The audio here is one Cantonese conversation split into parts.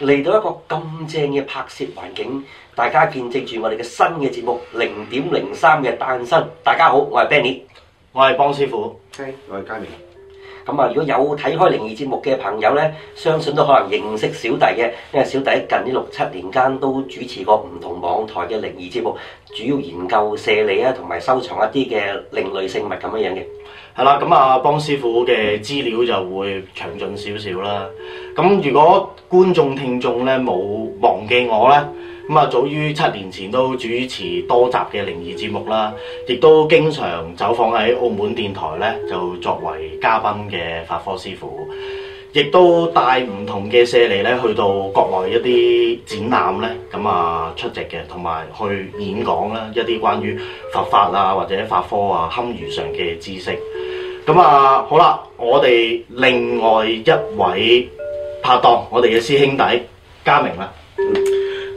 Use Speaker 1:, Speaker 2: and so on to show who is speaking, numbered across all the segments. Speaker 1: 嚟到一個咁正嘅拍攝環境，大家見證住我哋嘅新嘅節目零點零三嘅誕生。大家好，我係 Benny。
Speaker 2: 我係邦師傅，
Speaker 3: 我係嘉明，
Speaker 1: 咁啊，如果有睇開靈異節目嘅朋友呢，相信都可能認識小弟嘅，因為小弟近呢六七年間都主持過唔同網台嘅靈異節目，主要研究射理啊，同埋收藏一啲嘅另類聖物咁樣樣嘅。
Speaker 2: 係啦，咁啊，邦師傅嘅資料就會詳盡少少啦。咁如果觀眾聽眾咧冇忘記我咧，咁啊，早於七年前都主持多集嘅靈異節目啦，亦都經常走訪喺澳門電台咧，就作為嘉賓嘅法科師傅。亦都帶唔同嘅社嚟咧，去到國內一啲展覽咧，咁啊出席嘅，同埋去演講啦，一啲關於佛法啊或者法科啊堪輿上嘅知識。咁啊，好啦，我哋另外一位拍檔，我哋嘅師兄弟嘉明啦，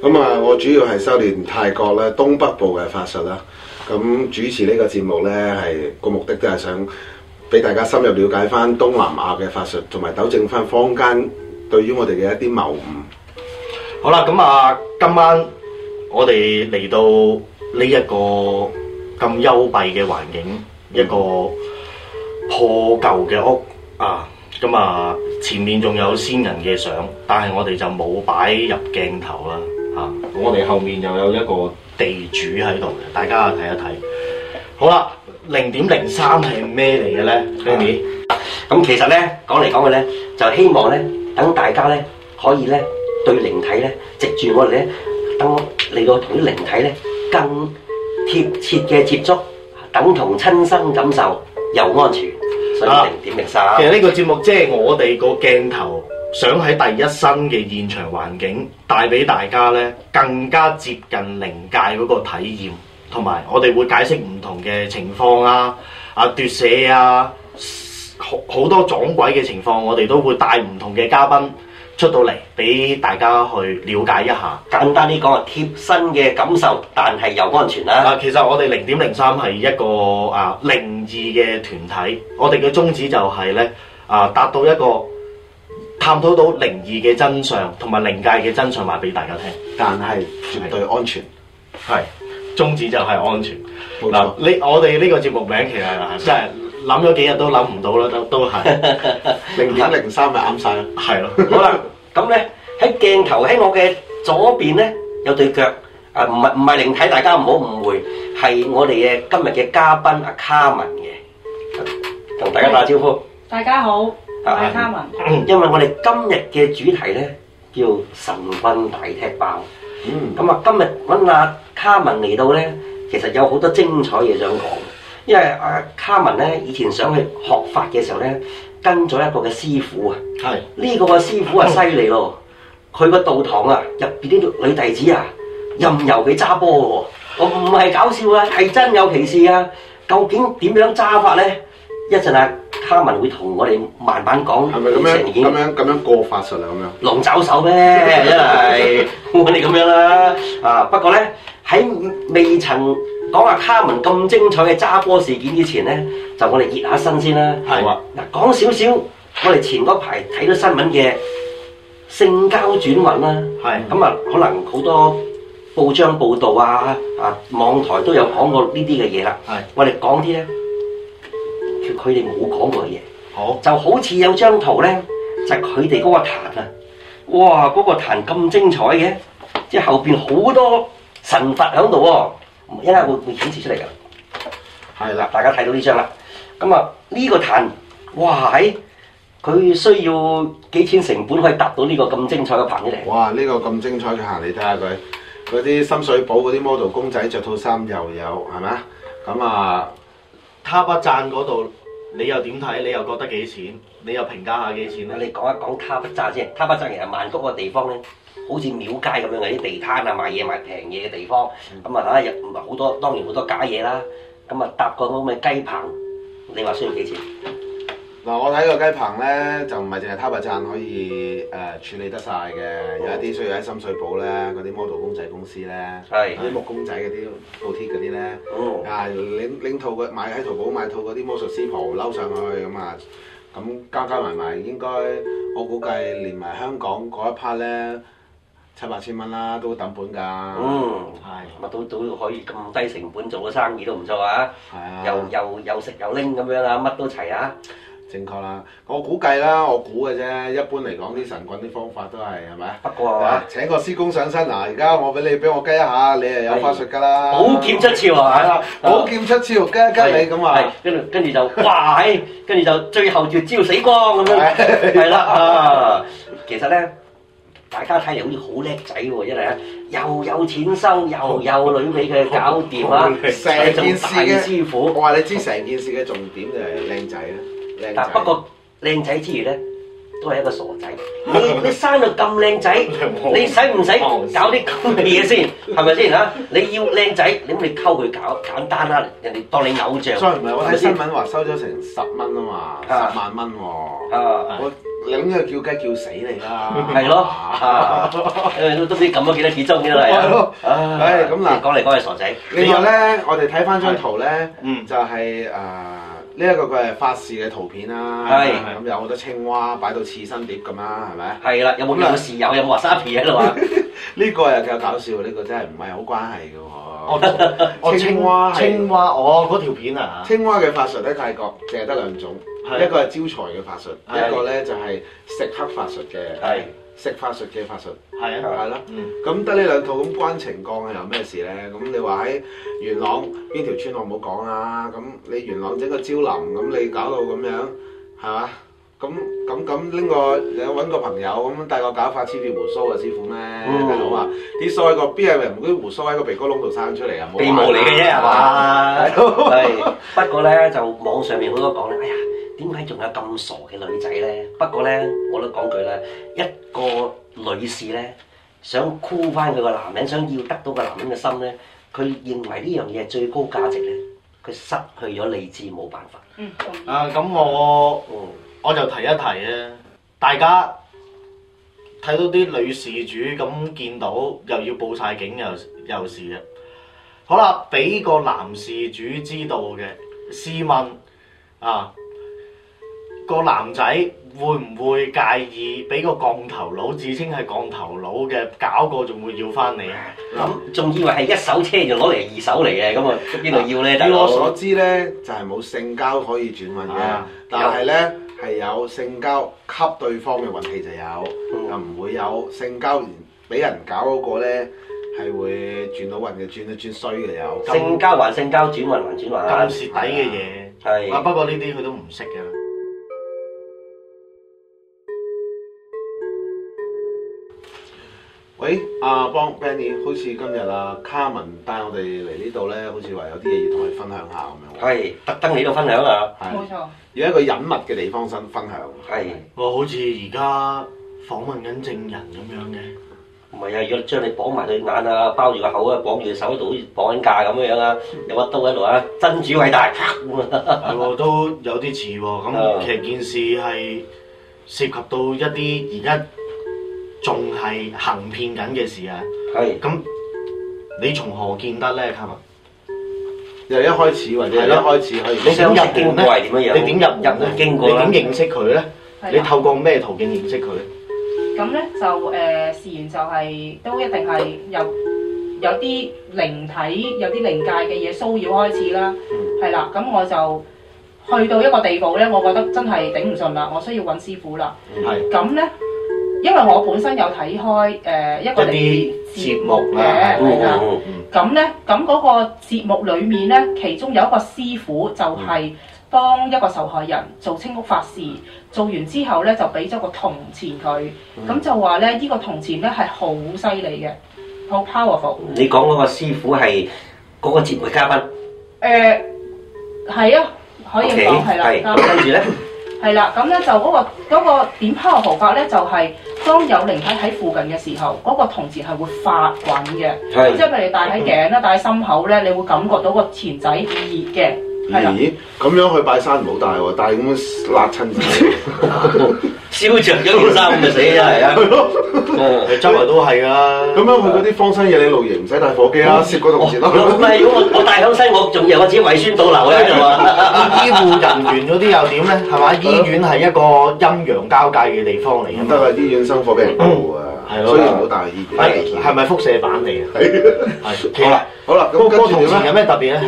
Speaker 3: 咁啊，我主要係修煉泰國咧東北部嘅法術啦。咁主持呢個節目呢，係個目的都係想俾大家深入了解翻東南亞嘅法術，同埋糾正翻坊間對於我哋嘅一啲謬誤。
Speaker 2: 好啦，咁啊，今晚我哋嚟到呢一個咁幽閉嘅環境，一個破舊嘅屋啊，咁啊，前面仲有先人嘅相，但係我哋就冇擺入鏡頭啦，啊，我哋後面又有一個地主喺度嘅，大家睇一睇。好啦，零點零三係咩嚟嘅咧 b e n y
Speaker 1: 咁其實咧講嚟講去咧，就希望咧等大家咧可以咧對靈體咧，藉住我哋咧等嚟到同啲靈體咧更貼切嘅接觸，等同親身感受又安全。所以
Speaker 2: 啊
Speaker 1: 零點零三
Speaker 2: 其實呢個節目即係我哋個鏡頭，想喺第一身嘅現場環境帶俾大家呢，更加接近靈界嗰個體驗，同埋我哋會解釋唔同嘅情況啊，啊奪舍啊，好好多撞鬼嘅情況，我哋都會帶唔同嘅嘉賓出到嚟，俾大家去了解一下。
Speaker 1: 簡單啲講啊，貼身嘅感受，但係又安全啦。
Speaker 2: 啊，其實我哋零點零三係一個啊靈異嘅團體，我哋嘅宗旨就係咧啊達到一個探討到靈異嘅真相同埋靈界嘅真相，話俾大家聽。
Speaker 3: 但係絕對安全。
Speaker 2: 係宗旨就係安全。
Speaker 3: 冇
Speaker 2: 嗱，
Speaker 3: 錯
Speaker 2: 呢我哋呢個節目名其實係真係諗咗幾日都諗唔到啦，都都 係
Speaker 3: 零點零三咪啱晒咯。
Speaker 2: 係 咯。
Speaker 1: 好啦，咁咧喺鏡頭喺我嘅左邊咧有對腳，啊唔係唔係靈體，大家唔好誤會，係我哋嘅今日嘅嘉賓阿卡文嘅，同大家打招呼。
Speaker 4: 大家好，我
Speaker 1: 啊
Speaker 4: 係卡文。
Speaker 1: 因為我哋今日嘅主題咧叫神棍大踢爆，
Speaker 3: 嗯，
Speaker 1: 咁啊今日揾阿卡文嚟到咧，其實有好多精彩嘢想講，因為阿卡文咧以前想去學法嘅時候咧，跟咗一個嘅師傅啊，
Speaker 2: 係
Speaker 1: 呢個嘅師傅啊犀利咯，佢個道堂啊入邊啲女弟子啊任由佢揸波我唔係搞笑啊，係真有其事啊！究竟點樣揸法咧？一陣啊，卡文會同我哋慢慢講
Speaker 3: 嗯係咪咁
Speaker 1: 成
Speaker 3: 樣
Speaker 1: 件
Speaker 3: 咁樣咁樣過法術啊？咁樣
Speaker 1: 龍爪手咩？真係我哋咁樣啦。啊，不過咧喺未曾講下卡文咁精彩嘅揸波事件之前咧，就我哋熱下身先啦。
Speaker 3: 好啊
Speaker 1: 嗱，講少少，我哋前嗰排睇到新聞嘅性交轉運啦。
Speaker 2: 係
Speaker 1: 咁啊，可能好多報章報導啊，啊網台都有講過呢啲嘅嘢啦。
Speaker 2: 係
Speaker 1: 我哋講啲咧，佢佢哋冇講過嘅嘢。
Speaker 2: 好
Speaker 1: 就好似有張圖咧，就係佢哋嗰個壇啊，哇！嗰、個壇咁精彩嘅，即係後邊好多神佛喺度喎，一陣會會顯示出嚟㗎。
Speaker 3: 係
Speaker 1: 嗱，，大家睇到呢張啦，咁啊呢個壇，哇喺佢需要幾錢成本可以達到呢個咁精彩嘅棚出嚟？
Speaker 3: 哇！呢個咁精彩嘅行，你睇下佢嗰啲深水埗嗰啲 model 公仔着套衫又有係咪啊？咁啊，
Speaker 2: 他不讚嗰度，你又點睇？你又覺得幾錢？你又評價下幾錢咧？
Speaker 1: 你講一講他不扎先，他不扎其實曼谷個地方咧，好似廟街咁樣嘅啲地攤啊，賣嘢賣平嘢嘅地方，咁啊睇下有好多，當然好多假嘢啦。咁啊搭個咁嘅雞棚，你話需要幾錢？
Speaker 3: 嗱，我睇個雞棚咧就唔係淨係他伯贊可以誒、呃、處理得晒嘅，有一啲需要喺深水埗咧嗰啲 model 公仔公司咧，
Speaker 1: 係
Speaker 3: 啲木公仔嗰啲布貼嗰啲咧。
Speaker 1: 哦，
Speaker 3: 啊！拎拎套嘅買喺淘寶買套嗰啲魔術師袍嬲上去咁啊，咁加加埋埋應該我估計連埋香港嗰一 part 咧七八千蚊啦，都抌本㗎。係
Speaker 1: 嗯，
Speaker 2: 係
Speaker 1: 咁啊都都可以咁低成本做到生意都唔錯啊！
Speaker 3: 啊，
Speaker 1: 又又又食又拎咁樣啊，乜都齊啊！
Speaker 3: 正確啦。我估計啦，我估嘅啫。一般嚟講，啲神棍啲方法都係係咪
Speaker 1: 不過啊
Speaker 3: 啊？，請個師公上身嗱，而家我俾你俾我雞一下，你又有法術㗎啦。
Speaker 1: 寶劍出鞘
Speaker 3: 係
Speaker 1: 啊
Speaker 3: 啦！，寶劍出鞘，跟一跟你咁
Speaker 1: 係
Speaker 3: 啊！，
Speaker 1: 跟住跟住 就哇，唉跟住就最後絕招死光咁樣，
Speaker 3: 係
Speaker 1: 係啦啊，其實咧。大家睇嚟好似好叻仔喎，因為咧又有錢收，又有女俾佢搞掂啊！
Speaker 3: 成件事
Speaker 1: 大
Speaker 3: 嘅
Speaker 1: 師傅，
Speaker 3: 我話你知成件事嘅重點就係靚仔啦，靚
Speaker 1: 但
Speaker 3: 仔。
Speaker 1: 不過靚仔之餘咧，都係一個傻 仔。你你生到咁靚仔，你使唔使搞啲咁嘅嘢先？係咪先嚇？你要靚仔，你咁你溝佢搞簡單啦，人哋當你偶像。
Speaker 3: 再唔係我
Speaker 1: 係
Speaker 3: 睇
Speaker 1: 咪
Speaker 3: 新
Speaker 1: 先
Speaker 3: 聞話收咗成十蚊啊嘛，
Speaker 1: 啊
Speaker 3: 十萬蚊喎。
Speaker 1: 啊！
Speaker 3: 我諗佢叫雞叫死你啦。
Speaker 1: 係咯，啊，誒都都唔知撳咗幾多次鐘嘅啦，
Speaker 3: 係咯
Speaker 1: 係啊
Speaker 3: 唉
Speaker 1: 唉
Speaker 3: 咁嗱
Speaker 1: 講嚟講去傻仔，
Speaker 3: 另外咧，我哋睇翻張圖咧，
Speaker 2: 嗯
Speaker 3: 就係誒啊呢一個佢係法事嘅圖片啦。
Speaker 1: 係
Speaker 3: 咁有好多青蛙擺到刺身碟咁啦，係咪？
Speaker 1: 係啦，有冇有冇豉油，有冇 wasabi 喺度 啊？
Speaker 3: 呢個又夠搞笑，呢個真係唔係好關係嘅喎。
Speaker 2: 我哦我
Speaker 3: 哦青蛙係
Speaker 2: 青蛙，哦，嗰條片啊，
Speaker 3: 青蛙嘅法術咧，泰國淨係得兩種，
Speaker 2: 係
Speaker 3: 一個係招財嘅法術，
Speaker 2: 係
Speaker 3: 一個咧就係食黑法術嘅，
Speaker 1: 係
Speaker 3: 食法術嘅法術，
Speaker 2: 係啊，
Speaker 3: 係啦。
Speaker 2: 嗯，
Speaker 3: 咁得呢兩套咁關情降係有咩事咧？咁你話喺元朗邊條村我唔好講啦。咁你元朗整個蕉林，咁你搞到咁樣係嘛？咁咁咁拎個你揾個朋友咁帶個搞法黐住胡鬚嘅師傅咩？
Speaker 1: 嗯
Speaker 3: 大佬話啲腮個邊係咪唔啲胡鬚喺個鼻哥窿度生出嚟啊？冇
Speaker 1: 鼻毛嚟嘅啫，係
Speaker 2: 啊
Speaker 1: 嘛？
Speaker 3: 係咯
Speaker 1: 係，不過咧就網上面好多講咧，哎呀，點解仲有咁傻嘅女仔咧？不過咧，我都講句啦，一個女士咧想箍翻佢個男人，想要得到個男人嘅心咧，佢認為呢樣嘢係最高價值咧，佢失去咗理智，冇辦法。
Speaker 4: 嗯，同意。
Speaker 2: 啊，咁我。哦
Speaker 1: 嗯。
Speaker 2: 我就提一提啊，大家睇到啲女事主咁見到又要報晒警又又是嘅，好啦，俾個男事主知道嘅，試問啊個男仔會唔會介意俾個降頭佬自稱係降頭佬嘅搞過仲會要啊翻你？
Speaker 1: 諗仲以為係一手車就攞嚟二手嚟嘅，咁啊邊度要咧？大
Speaker 3: 以
Speaker 1: 佬
Speaker 3: 我所知咧，就係、冇性交可以轉運嘅，
Speaker 2: 啊
Speaker 3: 但係咧係有性交給對方嘅運氣就有，
Speaker 1: 嗯
Speaker 3: 就唔會有性交完俾人搞嗰個咧係會轉到運嘅，轉到轉衰嘅有。
Speaker 1: 性交還性交，轉運還轉運
Speaker 2: 咁
Speaker 1: 啊！
Speaker 2: 蝕底嘅嘢，啊
Speaker 1: 係
Speaker 2: 不過呢啲佢都唔識嘅。
Speaker 3: 喂，阿、邦 Benny，好似今日啊卡文帶我哋嚟呢度咧，好似話有啲嘢要同你分享下咁樣。
Speaker 1: 係特登嚟到分享啊！
Speaker 4: 冇
Speaker 3: 係，
Speaker 4: 錯。
Speaker 3: 要一個隱密嘅地方分分享。
Speaker 1: 係
Speaker 2: 我好似而家訪問緊證人咁樣嘅。
Speaker 1: 唔係啊，如果將你綁埋對眼啊，包住個口啊，綁住隻手喺度，好似綁緊架咁樣樣啊，有把刀喺度啊，真主偉大啪咁啊！
Speaker 2: 係喎，都有啲似喎。
Speaker 1: 啊
Speaker 2: 咁其實件事係涉及到一啲而家仲係行騙緊嘅事啊。
Speaker 1: 係
Speaker 2: 咁你從何見得咧？卡文，
Speaker 3: 由一開始或者
Speaker 2: 係
Speaker 3: 一
Speaker 2: 咯
Speaker 3: 開始可以
Speaker 2: 你
Speaker 1: 你
Speaker 2: 想
Speaker 1: 想
Speaker 2: 入
Speaker 1: 入
Speaker 2: 門
Speaker 1: 經過係點樣樣？
Speaker 2: 你點入門
Speaker 1: 入
Speaker 2: 咧
Speaker 1: 門？經過啦
Speaker 2: 你點認識佢咧？
Speaker 4: 係啊
Speaker 2: 你
Speaker 4: 啦
Speaker 2: 透過咩途徑認識佢？
Speaker 4: 咁咧就誒、呃、事源就係、都一定係有有啲靈體、有啲靈界嘅嘢騷擾開始啦，係啦、咁我就去到一個地步咧，我覺得真係頂唔順啦，我需要揾師傅啦。
Speaker 3: 嗯
Speaker 2: 係
Speaker 4: 咁咧，因為我本身有睇開誒、呃一個靈
Speaker 2: 一
Speaker 4: 異
Speaker 2: 啲節目啦
Speaker 4: 嘅，
Speaker 1: 嗯
Speaker 3: 哦
Speaker 4: 係啊啦。
Speaker 1: 嗯
Speaker 4: 咁咧，咁嗰個節目裡面咧，其中有一個師傅就
Speaker 1: 嗯
Speaker 4: 係幫一個受害人做清屋法事，做完之後咧就俾咗個銅錢佢，咁、
Speaker 1: 嗯
Speaker 4: 就話咧呢個銅錢咧係好犀利嘅，好 powerful。
Speaker 1: 嗯你講嗰個師傅係嗰個節目嘅嘉賓，
Speaker 4: 誒、係啊，可以咁
Speaker 1: OK，
Speaker 4: 講係啦，
Speaker 1: 係咁
Speaker 4: 啱
Speaker 1: 跟住咧，
Speaker 4: 係啦，咁咧就嗰、個嗰、個點拋毫法咧，就係、當有靈體喺附近嘅時候，嗰、個銅錢係會發滾嘅，
Speaker 1: 係
Speaker 4: 即係譬如戴喺頸啦、戴喺心口咧，你會感覺到個錢仔熱嘅，係啦。
Speaker 3: 咦，咁樣去拜山唔好帶喎，帶咁樣辣親自己。
Speaker 1: 燒着咗件衫咁就死真係啊！嗯
Speaker 2: 你周圍都係㗎啊啦。
Speaker 3: 咁啊樣佢嗰啲荒山野嶺露營唔使帶火機啦，攝嗰度
Speaker 1: 我
Speaker 3: 截
Speaker 1: 哦唔
Speaker 3: 啦。
Speaker 1: 係，如果我我大響西，我仲有我自己胃酸倒流喺度啊！
Speaker 2: 醫護人員嗰啲又點咧？係嘛？醫院係一個陰陽交界嘅地方嚟㗎嘛
Speaker 3: 唔得。啊！醫院生火俾人報啊，
Speaker 2: 係咯
Speaker 3: 所以唔好帶去醫院。
Speaker 2: 係咪輻射板嚟嘅？係。
Speaker 3: 好啦，好啦，
Speaker 2: 嗰
Speaker 3: 咁
Speaker 2: 個
Speaker 3: 跟住
Speaker 2: 銅
Speaker 3: 點
Speaker 2: 錢有
Speaker 3: 咧？
Speaker 2: 咩特別咧？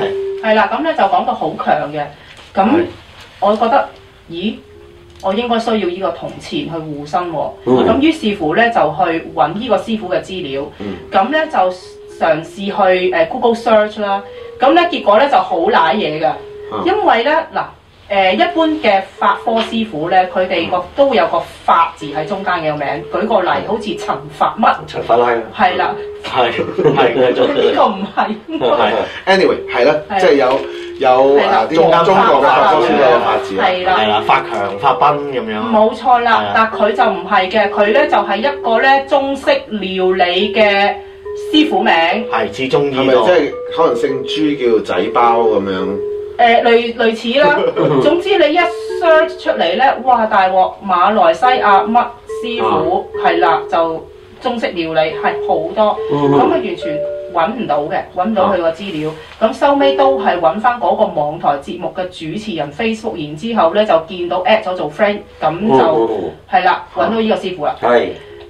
Speaker 2: 係
Speaker 4: 係啦，咁咧就講到好強嘅，
Speaker 2: 係
Speaker 4: 咁我覺得，咦，我應該需要呢個銅錢去護身喎、
Speaker 1: 嗯
Speaker 4: 咁於是乎咧就去揾呢個師傅嘅資料，
Speaker 1: 嗯
Speaker 4: 咁咧、就嘗試去誒 Google search 啦，咁咧結果咧就好賴嘢嘅，
Speaker 1: 嗯
Speaker 4: 因為咧嗱。誒、一般嘅法科師傅咧，佢
Speaker 1: 嗯
Speaker 4: 哋個都會有個法字喺中間嘅名。舉個例，好似陳法乜，
Speaker 1: 陳法拉啊
Speaker 4: 係啦，
Speaker 2: 係係
Speaker 4: 呢個唔係。
Speaker 2: 係
Speaker 3: Anyway，係啦，
Speaker 4: 係
Speaker 3: 即係有有
Speaker 4: 係啦
Speaker 3: 啊啲
Speaker 2: 中
Speaker 3: 中
Speaker 2: 間
Speaker 3: 國
Speaker 2: 法法
Speaker 3: 嘅法科書嘅
Speaker 2: 法
Speaker 3: 法字啊。
Speaker 4: 係啦
Speaker 2: 係。啦，發強發賓咁樣。
Speaker 4: 冇錯
Speaker 2: 係啊
Speaker 4: 啦，但佢就唔係嘅，佢咧就係、一個咧中式料理嘅師傅名，誒、
Speaker 2: 係始終
Speaker 3: 係
Speaker 2: 呢
Speaker 3: 咪即
Speaker 2: 個
Speaker 3: 係可能姓朱叫仔包咁樣？
Speaker 4: 呃類類 似啦。總之你一 search 出嚟咧，哇大鑊！馬來西亞乜師傅
Speaker 2: 啊
Speaker 4: 係啦、就中式料理係好多，
Speaker 2: 嗯
Speaker 4: 咁啊、完全揾唔到嘅，揾唔到佢個資料。咁收尾都係揾翻嗰個網台節目嘅主持人 Facebook，然之後咧就見到 at 咗做 friend，咁
Speaker 2: 嗯
Speaker 4: 就係啦，揾到呢個師傅啦。
Speaker 1: 係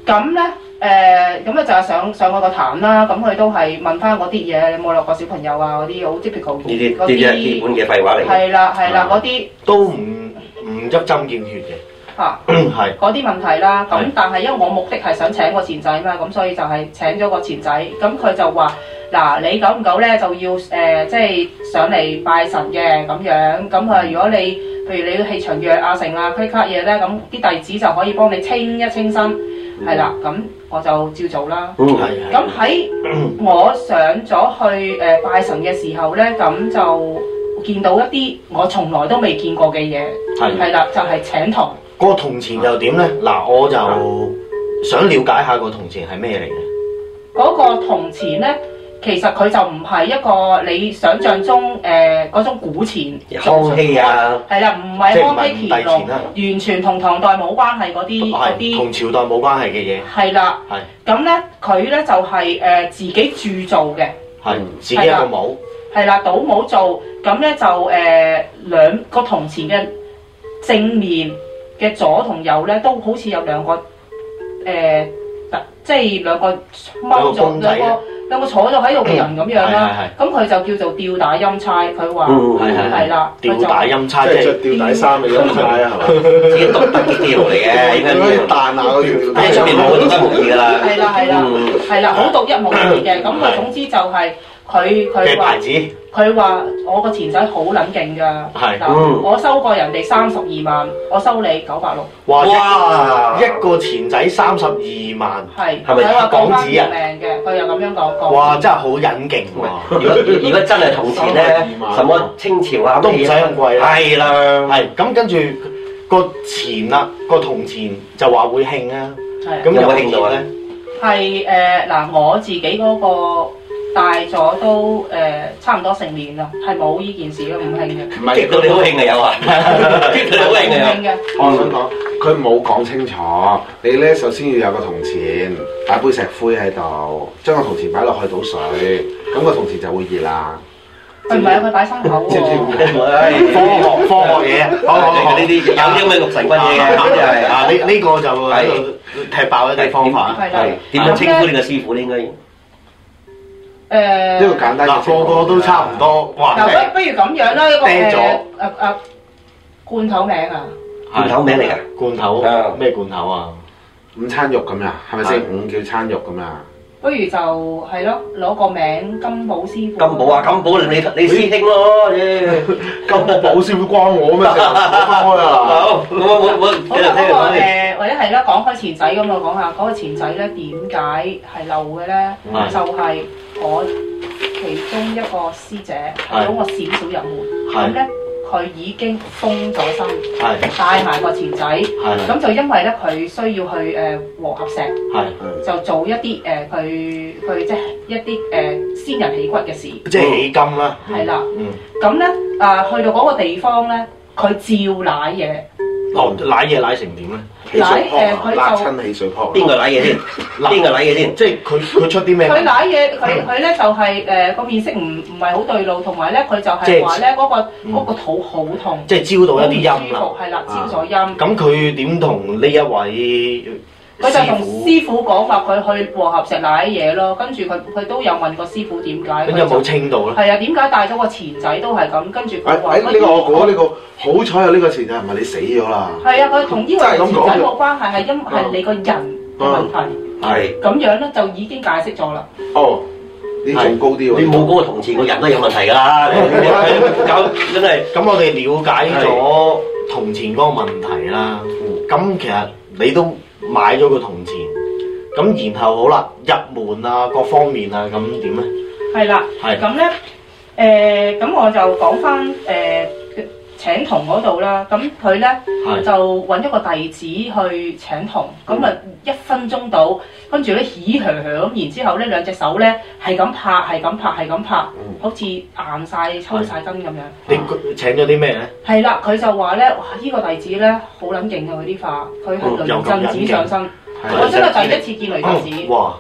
Speaker 4: 咁咧誒，咁咧就係上上我個壇啦，咁佢都係問翻嗰啲嘢，有冇落過小朋友啊嗰啲好 typical
Speaker 1: 呢啲呢
Speaker 4: 嗰
Speaker 1: 啲係基本嘅廢話嚟嘅。
Speaker 4: 係啦係啦嗰啲
Speaker 2: 都唔唔一針見血 嘅。
Speaker 4: 嚇
Speaker 2: 係
Speaker 4: 嗰啲問題啦。
Speaker 2: 係
Speaker 4: 咁但係因為我目的係想請個前仔嘛，咁所以就係請咗個前仔，咁佢就話。嗱，你久唔久咧就要誒、即係上嚟拜神嘅咁樣。咁啊，如果你譬如你要氣場弱啊、成啊、c l 嘢咧，咁啲弟子就可以幫你清一清身，係啦。咁我就照做啦。
Speaker 1: 嗯
Speaker 2: 係
Speaker 4: 咁喺我上咗去誒、呃拜神嘅時候咧，咁就見到一啲我從來都未見過嘅嘢，
Speaker 2: 係
Speaker 4: 係啦，就係、請銅。
Speaker 2: 個銅錢又點咧？嗱，我就想了解下個銅錢係咩嚟嘅。
Speaker 4: 嗰、個銅錢咧，其實佢就唔係一個你想象中誒嗰、種古錢，
Speaker 1: 康熙啊，
Speaker 4: 係啦，唔
Speaker 2: 即
Speaker 4: 係
Speaker 2: 係唔係
Speaker 4: 康熙乾
Speaker 2: 唔
Speaker 4: 隆，
Speaker 2: 係
Speaker 4: 完全同唐代冇關係嗰啲嗰
Speaker 2: 係
Speaker 4: 啲，
Speaker 2: 同朝代冇關係嘅嘢，
Speaker 4: 係啦。
Speaker 2: 係
Speaker 4: 咁咧，佢咧就係、呃自己鑄造嘅。
Speaker 2: 係
Speaker 3: 嗯
Speaker 2: 自己一個帽，
Speaker 4: 係啦，倒冇做，咁咧就誒、呃、兩個銅錢嘅正面嘅左同右咧，都好似有兩個誒、呃突即係兩個踎
Speaker 2: 兩個公
Speaker 4: 咗
Speaker 2: 仔啊嗯
Speaker 4: 兩個兩個坐咗喺度嘅人咁樣啦。
Speaker 2: 係
Speaker 4: 咁佢就叫做吊打陰差，佢話
Speaker 1: 嗯
Speaker 2: 係係
Speaker 4: 係啦，佢
Speaker 2: 吊
Speaker 4: 就
Speaker 2: 帶音
Speaker 3: 即
Speaker 2: 叉，即
Speaker 3: 係
Speaker 2: 係
Speaker 3: 着吊帶衫嘅咁解啊，係嘛？
Speaker 1: 自己獨特嘅記錄嚟嘅，應該
Speaker 3: 點解要
Speaker 1: 呢
Speaker 3: 彈下嗰條吊
Speaker 1: 個喺
Speaker 3: 帶？
Speaker 1: 出面冇獨一無二㗎啦。
Speaker 4: 係啦係啦
Speaker 1: 嗯
Speaker 4: 係啦，好獨一無二嘅。咁佢總之就係佢
Speaker 2: 嘅
Speaker 4: 佢話
Speaker 2: 牌。子，
Speaker 4: 佢話我個前仔好撚勁㗎，
Speaker 2: 係
Speaker 4: 嗱
Speaker 1: 嗯
Speaker 4: 我收過人哋三十二萬，我收你九百六，
Speaker 2: 哇！
Speaker 1: 哇！
Speaker 2: 一個錢仔三十二萬，
Speaker 4: 係
Speaker 1: 係咪
Speaker 4: 佢話
Speaker 2: 港
Speaker 4: 講翻
Speaker 2: 紙啊
Speaker 4: 條命嘅，佢又咁樣講講。
Speaker 2: 哇！真係好引勁喎，
Speaker 1: 如果如果真係銅錢咧，什麼清朝啊，
Speaker 2: 都唔使咁貴啦
Speaker 1: 係啦，
Speaker 2: 係咁跟住個錢啦，個銅錢就話會興啊，
Speaker 4: 係
Speaker 2: 咁
Speaker 1: 有
Speaker 2: 又
Speaker 1: 冇興到啊
Speaker 2: 咧？
Speaker 4: 係誒嗱，我自己嗰個大咗都誒、呃差唔多成年啦，係冇呢件事嘅，唔興嘅，
Speaker 3: 唔係
Speaker 1: 激到你好興啊有啊，激到你好
Speaker 4: 唔
Speaker 1: 興啊
Speaker 4: 興嘅。
Speaker 3: 我想講，佢冇講清楚。你咧首先要有個銅錢，擺杯石灰喺度，將個銅錢擺落去倒水，咁個銅錢就會熱啦。
Speaker 4: 佢唔係有啊佢擺心口
Speaker 3: 知唔知
Speaker 4: 喎。
Speaker 2: 科學科學 嘢，好好好
Speaker 1: 呢啲有啲咁嘅六神君嘢嘅，真係
Speaker 2: 啊！呢呢個就喺度踢爆一啲方法。
Speaker 4: 係啦
Speaker 1: 係點樣稱呼呢個師傅咧？應該
Speaker 3: 呢
Speaker 4: 誒，
Speaker 3: 個簡單嘅
Speaker 2: 嗱，
Speaker 3: 程
Speaker 2: 個
Speaker 3: 度
Speaker 2: 個都差唔。多，哇！
Speaker 4: 嗱，不不如咁樣啦，一個
Speaker 2: 掟
Speaker 4: 誒
Speaker 2: 咗
Speaker 4: 誒誒罐頭名啊，
Speaker 1: 罐頭名嚟㗎，
Speaker 2: 罐頭咩罐頭啊？
Speaker 3: 午餐肉咁啊，係咪
Speaker 1: 係
Speaker 3: 先？午叫餐肉咁啊。
Speaker 4: 不如就係咯，攞個名金寶師傅。
Speaker 1: 金寶啊，金寶你你師兄咯，
Speaker 3: 咁保師傅關我 咩？成日講翻開啊！
Speaker 1: 好，我我我
Speaker 4: 好
Speaker 1: 你
Speaker 4: 啦，
Speaker 1: 嚟
Speaker 4: 嗰
Speaker 1: 聽
Speaker 4: 個
Speaker 1: 我哋
Speaker 4: 誒，或者係啦，講開前仔咁啊我講下嗰個前仔咧，點解係漏嘅咧？
Speaker 2: 嗯
Speaker 4: 就係我其中一個師姐
Speaker 2: 係
Speaker 4: 睇到我少少入門，咁咧佢已經封咗身，
Speaker 2: 係
Speaker 4: 帶埋個前仔，
Speaker 2: 係
Speaker 4: 咁就因為咧佢需要去誒和合石，
Speaker 2: 係，
Speaker 4: 就做一啲誒佢佢即係一啲誒先人起骨嘅事，
Speaker 2: 即係起金啦。
Speaker 4: 係啦。
Speaker 2: 嗯，
Speaker 4: 咁咧啊，去到嗰個地方咧，佢照攋嘢，
Speaker 2: 哦，舐嘢舐成點咧？
Speaker 3: 汽水泡
Speaker 4: 奶誒佢
Speaker 3: 啊，
Speaker 4: 就
Speaker 3: 辣親汽水泡啊。
Speaker 1: 邊個舐嘢先？邊個舐嘢先？
Speaker 2: 即係佢佢出啲咩？
Speaker 4: 佢攋嘢，佢佢咧就係誒個面色唔唔係好對路，同埋咧佢就
Speaker 2: 即
Speaker 4: 係
Speaker 2: 係
Speaker 4: 話咧嗰個
Speaker 2: 嗯
Speaker 4: 嗰個肚好痛，
Speaker 2: 即係招到一啲
Speaker 4: 好唔
Speaker 2: 音
Speaker 4: 舒
Speaker 2: 啦
Speaker 4: 服。係啦，
Speaker 2: 啊
Speaker 4: 招咗陰。
Speaker 2: 咁佢點同呢一位
Speaker 4: 佢就
Speaker 2: 師
Speaker 4: 同
Speaker 2: 傅？
Speaker 4: 師傅講話佢去和合石攋嘢咯，跟住佢佢都有問過師傅點解，
Speaker 2: 咁
Speaker 4: 佢
Speaker 2: 有
Speaker 4: 就
Speaker 2: 冇清到咧？
Speaker 4: 係啊點解帶咗個前仔都係咁，跟住佢
Speaker 3: 誒
Speaker 4: 話
Speaker 3: 哎誒，呢個我估呢個好彩有呢個前提，唔係你死咗啦。
Speaker 4: 係啊，佢同呢個
Speaker 3: 真係咁
Speaker 4: 前
Speaker 3: 講啊
Speaker 4: 仔冇關係，係因係你個人嘅問題，
Speaker 1: 係
Speaker 4: 咁樣咧就已經解釋咗啦。
Speaker 3: 哦，呢仲高啲喎。
Speaker 1: 你冇嗰個同字，個人都有問題㗎啦。搞真係
Speaker 2: 咁我哋了解咗銅錢嗰個問題啦。咁其實你都買咗個銅錢，咁然後好啦，入門啊各方面啊，咁點咧？
Speaker 4: 係啦。
Speaker 2: 係
Speaker 4: 咁咧，誒、咁我就講翻誒請童嗰度啦。咁佢咧
Speaker 2: 係
Speaker 4: 就揾一個弟子去請童，咁啊
Speaker 2: 嗯
Speaker 4: 一分鐘到，跟住咧起響響，然之後咧兩隻手咧係咁拍，係咁拍，係咁拍，
Speaker 2: 嗯
Speaker 4: 好似硬晒、抽晒筋咁樣。
Speaker 2: 你請咗啲咩咧？
Speaker 4: 係啦，佢就話咧，哇！呢、個弟子咧好撚勁啊！佢啲化，佢係
Speaker 2: 哦有
Speaker 4: 雷
Speaker 2: 咁
Speaker 4: 震
Speaker 2: 撚勁哦
Speaker 4: 子上身，
Speaker 3: 係
Speaker 4: 我真係第一次見雷震子。
Speaker 2: 嗯哇！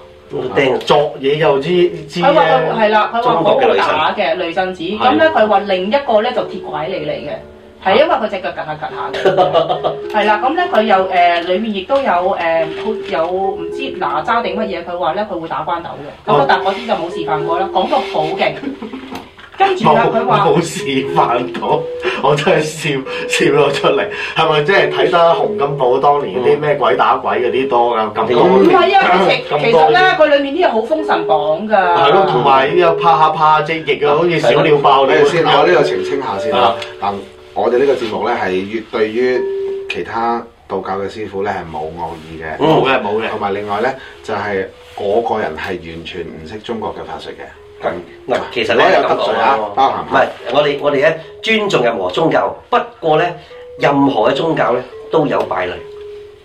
Speaker 1: 釘
Speaker 2: 作嘢又知知
Speaker 4: 佢話佢
Speaker 2: 咧，
Speaker 4: 係啦，佢話
Speaker 1: 中國嘅
Speaker 4: 嗰
Speaker 1: 女
Speaker 4: 個
Speaker 1: 神
Speaker 4: 假嘅雷震子，
Speaker 2: 係
Speaker 4: 咁咧佢話另一個咧就鐵拐李嚟嘅，係因為佢只腳趌下趌下嘅，係啦，咁咧佢又誒裏面亦都有誒好有唔知哪吒定乜嘢，佢話咧佢會打關鬥嘅，咁
Speaker 2: 哦
Speaker 4: 我但嗰啲就冇示範過啦，講到好勁，跟住啊
Speaker 2: 冇
Speaker 4: 佢話
Speaker 2: 冇示範到，我真係笑 笑咗出嚟。係咪即係睇得洪金寶當年啲咩鬼打鬼嗰啲多㗎？咁多
Speaker 4: 唔係啊，佢其
Speaker 2: 咁
Speaker 4: 其
Speaker 2: 多
Speaker 4: 實
Speaker 2: 嘢
Speaker 4: 咧佢裏面啲嘢好封神榜㗎，
Speaker 2: 係咯，同埋又拍下拍下隻翼啊，好似小鳥爆
Speaker 3: 我
Speaker 2: 你
Speaker 3: 哋先，我呢度澄清下先啦
Speaker 2: 啊。
Speaker 3: 嗱，我哋呢個節目咧係越對於其他道教嘅師傅咧係冇惡意嘅。
Speaker 2: 冇嘅冇嘅，
Speaker 3: 同埋另外咧，就係、我個人係完全唔識中國嘅法術嘅。咁
Speaker 1: 嗱，其實咧
Speaker 3: 我有
Speaker 1: 咁
Speaker 3: 得罪
Speaker 1: 講
Speaker 3: 啊
Speaker 1: 啊，，
Speaker 3: 包含
Speaker 1: 唔係我哋我哋咧尊重任何宗教，不過咧任何嘅宗教咧都有敗類，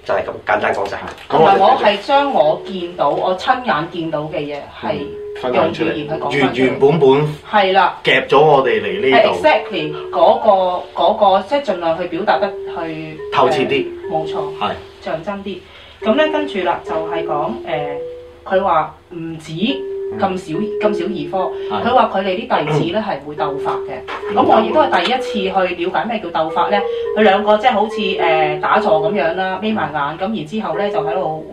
Speaker 1: 就係咁簡單講晒。
Speaker 3: 咁啊
Speaker 4: 同埋我
Speaker 3: 我哋
Speaker 4: 係將我見到我親眼見到嘅嘢係
Speaker 3: 分
Speaker 4: 用
Speaker 3: 享出
Speaker 4: 語言
Speaker 3: 嚟。
Speaker 4: 去講
Speaker 2: 原
Speaker 4: 翻出
Speaker 2: 原
Speaker 4: 嚟，
Speaker 2: 本本
Speaker 4: 係啦。
Speaker 2: 夾咗我哋嚟
Speaker 4: 係
Speaker 2: 呢度
Speaker 4: exactly 嗰、個嗰、個，即係盡量去表達得去
Speaker 2: 透徹，啲，
Speaker 4: 呃冇錯，
Speaker 2: 係
Speaker 4: 象真啲。咁咧跟住啦，就係講誒，佢話唔止咁少咁少兒科，佢
Speaker 2: 係
Speaker 4: 話佢哋啲弟子咧係會鬥法嘅。咁我亦都係第一次去了解咩叫鬥法咧。佢兩個即係好似誒、呃打坐咁樣啦，眯埋眼咁，然之後咧就喺度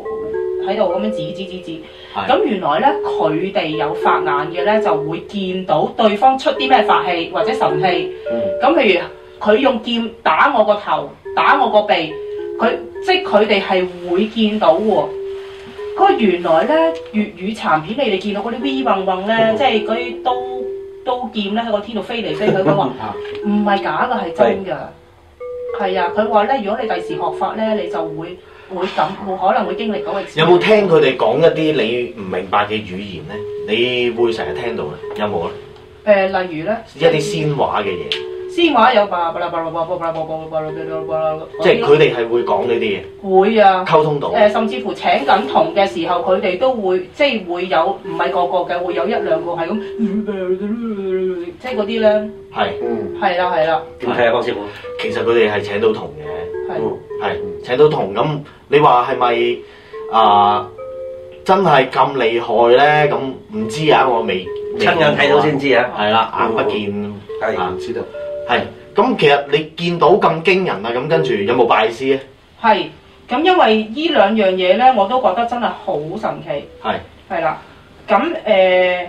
Speaker 4: 喺度咁樣指指指指。
Speaker 2: 係
Speaker 4: 咁原來咧佢哋有法眼嘅咧，就會見到對方出啲咩法器或者神器。
Speaker 2: 嗯
Speaker 4: 咁譬如佢用劍打我個頭，打我個鼻，佢即係佢哋係會見到喎。佢話原來咧粵語殘片，你哋見到嗰啲 V 混混咧，即係嗰啲刀刀劍咧喺個天度飛嚟飛去，佢話唔係假嘅，係真㗎。係啊，佢話咧，如果你第時學法咧，你就會會咁，會可能會經歷嗰個刺激。
Speaker 2: 有冇聽佢哋講一啲你唔明白嘅語言咧？你會成日聽到咧？有冇咧？啊
Speaker 4: 誒、例如咧，
Speaker 2: 一啲仙話嘅嘢，
Speaker 4: 司馬有巴巴拉巴拉巴拉巴拉巴拉巴拉巴拉，
Speaker 2: 即係佢哋係會講呢啲嘢，
Speaker 4: 會啊。
Speaker 2: 溝通到。
Speaker 4: 誒，甚至乎請緊同嘅時候，佢哋都會即係會有唔係個個嘅，會有一兩個係咁，即係嗰啲咧，
Speaker 2: 係，
Speaker 3: 嗯，
Speaker 4: 係啦係啦，
Speaker 1: 點睇啊，方師傅？
Speaker 2: 其實佢哋係請到同嘅，
Speaker 1: 哦
Speaker 4: 係
Speaker 2: 係請到同咁。你話係咪啊？真係咁厲害咧？咁唔知啊，我未未
Speaker 1: 親眼睇到先知啊！
Speaker 2: 係啦，眼不見
Speaker 3: 嗯
Speaker 1: 係
Speaker 2: 啊
Speaker 1: 唔知道。
Speaker 2: 係。咁其實你見到咁驚人啊，咁跟住有冇拜師啊咧？
Speaker 4: 係。咁因為呢兩樣嘢咧，我都覺得真係好神奇。
Speaker 2: 係
Speaker 4: 係啦，咁誒。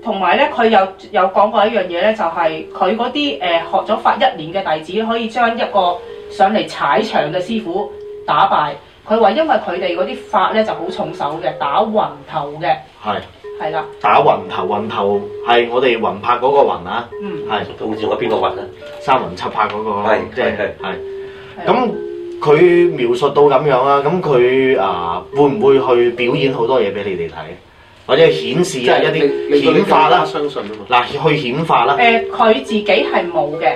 Speaker 4: 同埋咧，佢有有講過一樣嘢咧，就係佢嗰啲誒呃學咗法一年嘅弟子，可以將一個上嚟踩場嘅師傅打敗。佢話因為佢哋嗰啲法咧就好重手嘅，打暈頭嘅，
Speaker 2: 係
Speaker 4: 係啦，
Speaker 2: 打雲頭，雲頭係我哋雲拍嗰個雲啊，
Speaker 4: 嗯，
Speaker 2: 係
Speaker 1: 仲仲有邊個雲啊？
Speaker 2: 三雲七拍嗰個咯
Speaker 1: 係，
Speaker 2: 即係
Speaker 1: 係
Speaker 2: 係。
Speaker 4: 係啦
Speaker 2: 咁佢描述到咁樣啦，咁佢啊會唔會去表演好多嘢俾你哋睇，或者顯示啊一啲
Speaker 3: 你
Speaker 2: 顯化啦，
Speaker 3: 相信啊嘛。
Speaker 2: 嗱去顯化啦，
Speaker 4: 誒佢、自己係冇嘅，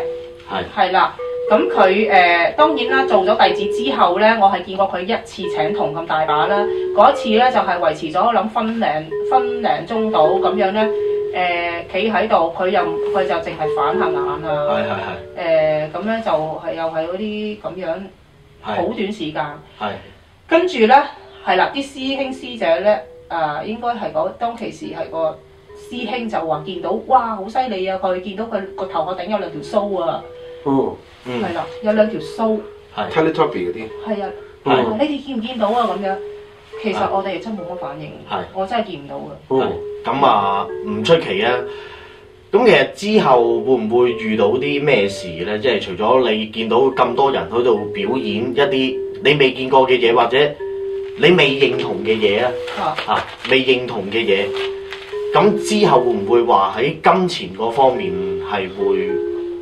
Speaker 2: 係
Speaker 4: 係啦。咁佢誒當然啦，做咗弟子之後咧，我係見過佢一次請同咁大把啦。嗰一次咧就係、維持咗我諗分零分零鐘到咁樣咧，誒企喺度，佢又佢就淨係反下眼啊，
Speaker 2: 係係
Speaker 4: 誒咁咧就係又係嗰啲咁樣好
Speaker 2: 係
Speaker 4: 短時間。
Speaker 2: 係
Speaker 4: 跟住咧係啦，啲師兄師姐咧啊、應該係講當其時係個師兄就話見到哇好犀利啊！佢見到佢個頭殼頂有兩條須啊，
Speaker 3: 嗯
Speaker 2: 嗯
Speaker 4: 係啦、有兩條須，
Speaker 2: 係
Speaker 3: Teletubby 嗰啲，
Speaker 4: 係啊，
Speaker 3: 嗯
Speaker 4: 你哋見唔見到啊？咁樣其實
Speaker 2: 係
Speaker 4: 我哋真係冇乜反應，
Speaker 2: 係
Speaker 4: 我真係見唔到嘅。
Speaker 2: 係
Speaker 3: 嗯，
Speaker 2: 咁啊唔出奇啊！咁其實之後會唔會遇到啲咩事咧？即係除咗你見到咁多人喺度表演一啲你未見過嘅嘢，或者你未認同嘅嘢啊？
Speaker 4: 啊
Speaker 2: 啊未認同嘅嘢，咁之後會唔會話喺金錢嗰方面係會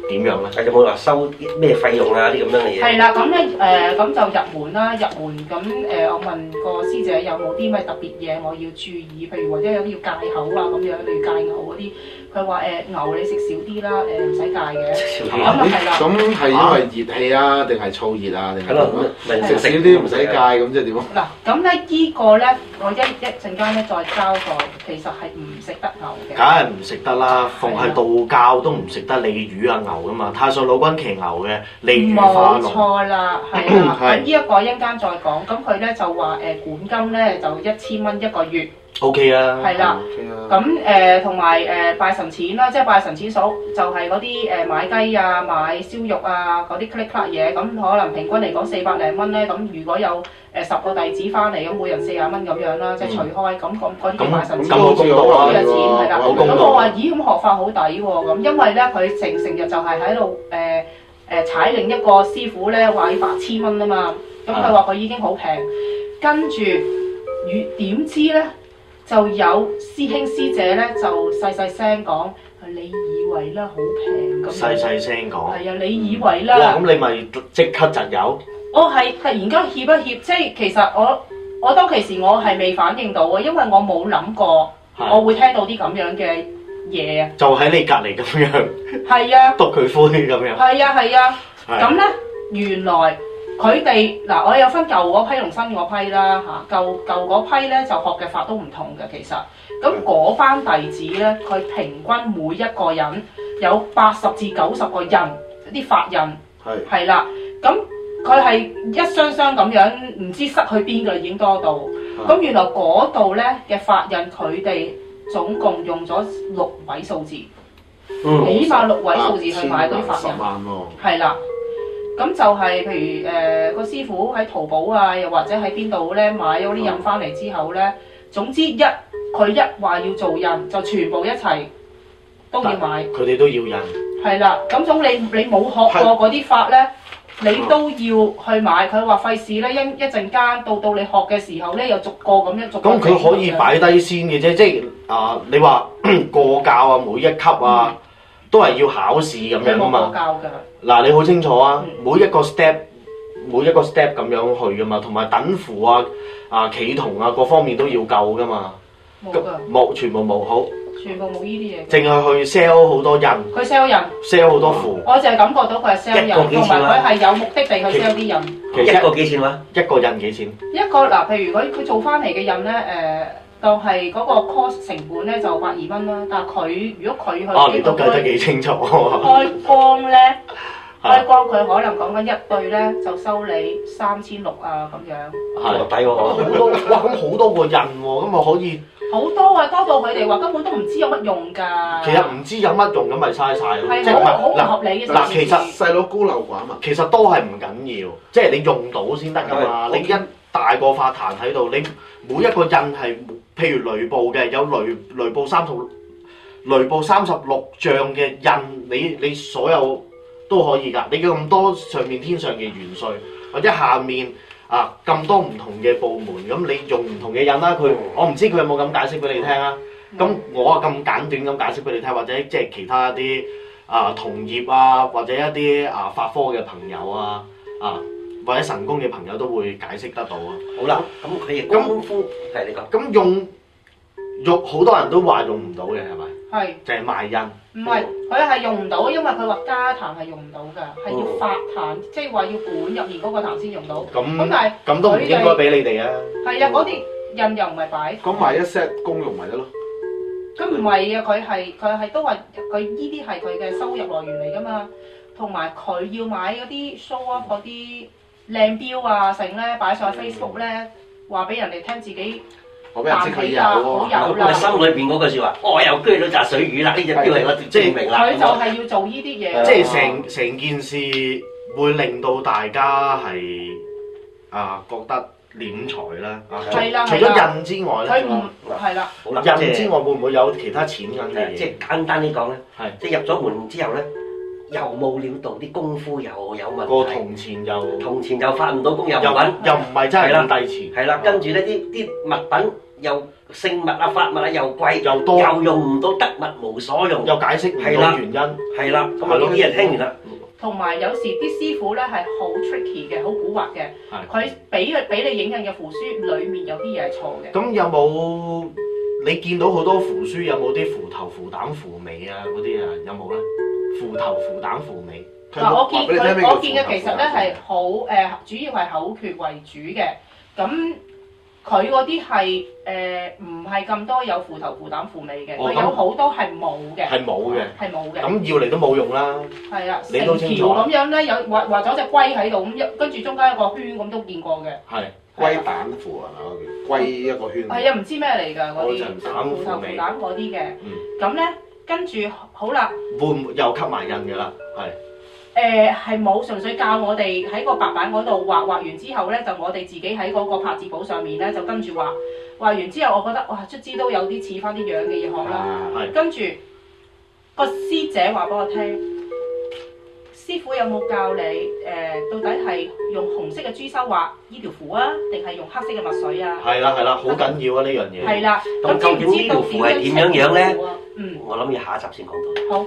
Speaker 2: 點樣咧？
Speaker 1: 係有冇話收啲咩費用啊？啲咁樣嘅嘢。
Speaker 4: 係啦，咁咧誒，咁就入門啦，入門咁誒、我問個師姐有冇啲咩特別嘢我要注意，譬如或者有啲要戒口啊咁樣，你要戒牛嗰啲，佢話誒牛你食少啲啦，誒唔使戒嘅，
Speaker 1: 少
Speaker 3: 嗯
Speaker 4: 咁啊
Speaker 1: 啲。
Speaker 4: 係啦。
Speaker 3: 咁係因為熱氣啊，定係燥熱啊，定
Speaker 1: 係
Speaker 3: 係
Speaker 1: 咯，咪
Speaker 3: 食少啲唔使戒，咁即係點啊？
Speaker 4: 嗱，咁咧依個咧，我一一陣間咧再交代，其實係唔食得牛
Speaker 2: 梗
Speaker 4: 嘅，
Speaker 2: 係唔食得啦，逢係道教都唔食得鯉魚啊牛噶嘛，太歲老君騎牛嘅鯉魚化
Speaker 4: 冇
Speaker 2: 龍，。
Speaker 4: 錯啦，係啦咁
Speaker 2: 係
Speaker 4: 呢一個一陣間再講，咁佢咧就話誒管金咧就一千蚊一個月，
Speaker 2: O K 啊，
Speaker 4: 係啦。
Speaker 3: OK 啊
Speaker 4: 咁誒同埋誒拜神錢啦，即係拜神錢所就係嗰啲誒買雞啊、買燒肉啊嗰啲 click click 嘢，咁可能平均嚟講四百零蚊咧，咁如果有誒十個弟子翻嚟，咁每人四廿蚊咁樣啦，即係除開咁咁嗰啲叫拜神
Speaker 3: 咁
Speaker 4: 錢
Speaker 3: 都。好似好啊
Speaker 4: 嘅
Speaker 3: 合
Speaker 4: 錢
Speaker 3: 理喎
Speaker 4: 係啦，
Speaker 2: 好公
Speaker 4: 咁
Speaker 2: 道
Speaker 4: 我話咦咁學法好抵喎，咁因為咧佢成成日就係喺度誒誒踩另一個師傅咧話要八千蚊啊嘛，咁佢話佢已經好平，跟住與點知咧就有師兄師姐咧就細細聲講，你以為啦好平咁
Speaker 2: 細
Speaker 4: 樣，
Speaker 2: 細聲講，
Speaker 4: 係啊你以為
Speaker 2: 哇
Speaker 4: 啦，
Speaker 2: 咁你咪即刻窒油，
Speaker 4: 我係突然間怯一怯，即係其實我我當其時我係未反應到啊嘅，因為我冇諗過我
Speaker 2: 係
Speaker 4: 會聽到啲咁樣嘅嘢啊。
Speaker 2: 就喺你隔離咁樣
Speaker 4: 係啊，
Speaker 2: 督佢灰咁樣，
Speaker 4: 係啊，係啊。咁
Speaker 2: 係
Speaker 4: 咧，原來佢哋嗱，我有分舊嗰批同新嗰批啦嚇。舊舊嗰批咧就學嘅法都唔同嘅，其實
Speaker 2: 嗯
Speaker 4: 咁嗰班弟子咧，佢平均每一個人有八十至九十個印，啲法印
Speaker 3: 係
Speaker 4: 係啦。咁佢係一雙雙咁樣，唔知塞去邊㗎啦，已經多到。咁原來嗰度咧嘅法印，佢哋總共用咗六位數字，
Speaker 3: 嗯
Speaker 4: 起碼六位數字啊去買嗰啲法
Speaker 3: 十
Speaker 4: 印。
Speaker 3: 萬喎，
Speaker 4: 係啦，咁就係譬如誒、個師傅喺淘寶啊，又或者喺邊度咧買咗啲印翻嚟之後咧，總之一佢一話要做印，就全部一齊都要買。
Speaker 2: 佢哋都要印，
Speaker 4: 係啦，咁總你你冇學過嗰啲法咧，你都要去買。佢話費事咧，一一陣間到到你學嘅時候咧，又逐個咁樣逐個
Speaker 2: 咁
Speaker 4: 整咁
Speaker 2: 佢可以
Speaker 4: 樣
Speaker 2: 擺低先嘅啫，即係啊你話 過教啊每一級啊都係要考試咁
Speaker 4: 你
Speaker 2: 樣啊
Speaker 4: 嗯冇
Speaker 2: 嘛
Speaker 4: 過。教㗎。
Speaker 2: 嗱，你好清楚啊
Speaker 4: 嗯，
Speaker 2: 每一個 step，每一個 step 咁樣去噶嘛，同埋等符啊、啊企同啊各方面都要夠噶嘛，
Speaker 4: 冇
Speaker 2: 咁
Speaker 4: 㗎，
Speaker 2: 冇全部冇好，
Speaker 4: 全部冇呢啲嘢。
Speaker 2: 淨係去 sell 好多人
Speaker 4: 佢 sell 人，
Speaker 2: ，sell 好多
Speaker 1: 啊
Speaker 2: 符，
Speaker 4: 我就係感覺到佢係 sell
Speaker 1: 一個
Speaker 4: 人，
Speaker 1: 幾
Speaker 4: 同
Speaker 1: 錢
Speaker 4: 埋
Speaker 1: 啊
Speaker 4: 佢係有目的地去 sell 啲人。
Speaker 1: 一個幾錢話？
Speaker 2: 一個印幾錢？
Speaker 4: 一個嗱，譬如佢佢做翻嚟嘅人咧，誒、當係嗰個 cost 成本咧就百二蚊啦，但係佢如果佢去
Speaker 2: 哦，你都計得
Speaker 4: 開
Speaker 2: 幾啊清楚。 啊
Speaker 4: 開光咧，
Speaker 2: 係
Speaker 4: 開光佢可能講緊一對咧就收你三千六啊咁樣。
Speaker 1: 哇
Speaker 2: 係
Speaker 1: 哦抵喎！
Speaker 2: 好多哇，咁好多個印喎，咁啊可以，
Speaker 4: 好多啊，多到佢哋話根本都唔知有乜用㗎。
Speaker 2: 其實唔知有乜用咁咪嘥晒咯，即
Speaker 4: 係
Speaker 2: 係唔
Speaker 4: 好好
Speaker 2: 係
Speaker 4: 唔
Speaker 2: 嗱？
Speaker 4: 合理嘅
Speaker 2: 嗱
Speaker 4: 事
Speaker 2: 其
Speaker 4: 情
Speaker 2: 實
Speaker 3: 細佬孤陋寡聞，
Speaker 2: 其實都係唔緊要，即係你用到先得㗎嘛。
Speaker 1: 係
Speaker 2: 你一大個法壇喺度，你每一個印係，譬如雷暴嘅有雷雷暴三十雷暴三十六將嘅印，你你所有都可以㗎。你有咁多上面天上嘅元帥，或者下面啊咁多唔同嘅部門，咁你用唔同嘅印啦。佢我唔知佢有冇咁解釋俾你聽啊。咁我啊咁簡短咁解釋俾你聽，或者即係其他啲啊同業啊，或者一啲啊法科嘅朋友啊，啊或者神功嘅朋友都會解釋得到啊。
Speaker 1: 好啦，咁佢哋功夫係你講
Speaker 2: 咁用用好多人都話用唔到嘅係咪？
Speaker 4: 係
Speaker 2: 就係、賣印，
Speaker 4: 唔係佢係用唔到，因為佢話家壇係用唔到㗎，係要法壇，即係話要管入面嗰個壇先用到。咁
Speaker 2: 咁
Speaker 4: 但係
Speaker 2: 咁都唔應該俾你哋啊。
Speaker 4: 係啊，嗰啲印又唔係擺，
Speaker 3: 咁買一 set 公用咪得咯。
Speaker 4: 咁唔係啊，佢係佢係都話佢呢啲係佢嘅收入來源嚟㗎嘛，同埋佢要買嗰啲 show off 嗰啲靚錶啊，成咧擺
Speaker 2: 嗯
Speaker 4: 上去 Facebook 咧，話俾人哋聽自己
Speaker 3: 我俾人知佢有
Speaker 4: 好
Speaker 3: 啊嘛。
Speaker 4: 有啦
Speaker 1: 佢。心裏邊嗰句説話，我哦又居到扎水魚啦！呢只標係我
Speaker 2: 即係
Speaker 1: 證明啦。
Speaker 4: 佢就
Speaker 2: 啊
Speaker 4: 係要做呢啲嘢。
Speaker 2: 即係成成件事會令到大家係啊覺得斂財啦。啊除
Speaker 4: 係啦
Speaker 2: 除
Speaker 4: 係啦
Speaker 2: 咗印之外
Speaker 4: 佢
Speaker 2: 咧，
Speaker 4: 唔係啦，
Speaker 1: 好啦，即
Speaker 2: 印之
Speaker 1: 係
Speaker 2: 外會唔會有其他錢銀嘅
Speaker 1: 即
Speaker 2: 嘢？
Speaker 1: 係簡單啲講咧
Speaker 2: 係，
Speaker 1: 即係入咗門之後咧，又冇料到啲功夫又有
Speaker 2: 個
Speaker 1: 問題，
Speaker 2: 銅錢又又
Speaker 1: 銅錢又發唔到功又啊唔
Speaker 2: 又
Speaker 1: 穩，
Speaker 2: 唔係真係咁遞錢，
Speaker 1: 係啦，跟住咧啲啲物品又聖物啊法物啊又貴，
Speaker 2: 又多
Speaker 1: 又用唔到得物無所用，
Speaker 2: 又解釋唔
Speaker 1: 係
Speaker 2: 到
Speaker 1: 啦
Speaker 2: 原因。
Speaker 1: 係啦，咁啊呢啲人聽完啦，
Speaker 4: 同埋有時啲師傅咧係好 tricky 嘅，好蠱惑嘅。
Speaker 2: 係
Speaker 4: 佢俾佢俾你影印嘅符書，裡面有啲嘢係錯嘅。
Speaker 2: 咁有冇你見到好多符書有冇啲符頭、符膽、符尾啊嗰啲啊？有冇咧？符頭、符膽、符尾，
Speaker 4: 嗱，我見
Speaker 3: 話俾你聽咩
Speaker 4: 佢
Speaker 3: 叫
Speaker 4: 我見嘅其實
Speaker 3: 啊
Speaker 4: 咧係好誒，主要係口訣為主嘅。咁佢嗰啲係誒唔係咁多有符頭、符膽、符尾嘅，
Speaker 2: 哦
Speaker 4: 佢有好多係冇嘅，
Speaker 2: 係冇嘅。
Speaker 4: 係冇嘅。
Speaker 2: 咁要嚟都冇用啦。
Speaker 4: 係啊，
Speaker 2: 你
Speaker 4: 成條
Speaker 2: 都清楚啊
Speaker 4: 咁樣咧，有畫畫咗隻龜喺度咁一，跟住中間有個圈咁都見過嘅。啊
Speaker 2: 係
Speaker 3: 龜蛋符係咪嗰啲？龜一個圈。
Speaker 4: 係啊，唔知咩嚟㗎嗰
Speaker 2: 我就唔
Speaker 4: 啲
Speaker 2: 敢
Speaker 4: 斧頭
Speaker 2: 負
Speaker 4: 斧
Speaker 2: 你
Speaker 4: 膽嗰啲嘅
Speaker 2: 嗯。
Speaker 4: 咁咧，跟住好啦，
Speaker 2: 會唔會又吸埋印㗎啦？係
Speaker 4: 誒呃係冇純粹教我哋喺個白板嗰度畫，畫完之後咧就我哋自己喺嗰個拍字簿上面咧就跟住畫，畫完之後我覺得哇卒之都有啲似翻啲樣嘅嘢學啦。
Speaker 3: 啊
Speaker 2: 係
Speaker 4: 跟住個師姐話俾我聽，師傅有冇教你誒、到底係用紅色嘅珠繡畫呢條符啊，定係用黑色嘅墨水啊？
Speaker 2: 係啦係啦，好緊要啊呢樣嘢。
Speaker 4: 係啦，咁
Speaker 1: 嗯咁究
Speaker 4: 知
Speaker 1: 竟
Speaker 4: 唔知
Speaker 1: 呢
Speaker 4: 道
Speaker 1: 條符係點樣樣
Speaker 4: 點樣稱
Speaker 1: 咧？
Speaker 4: 呼啊？嗯。
Speaker 1: 我諗要下一集先講到。
Speaker 4: 好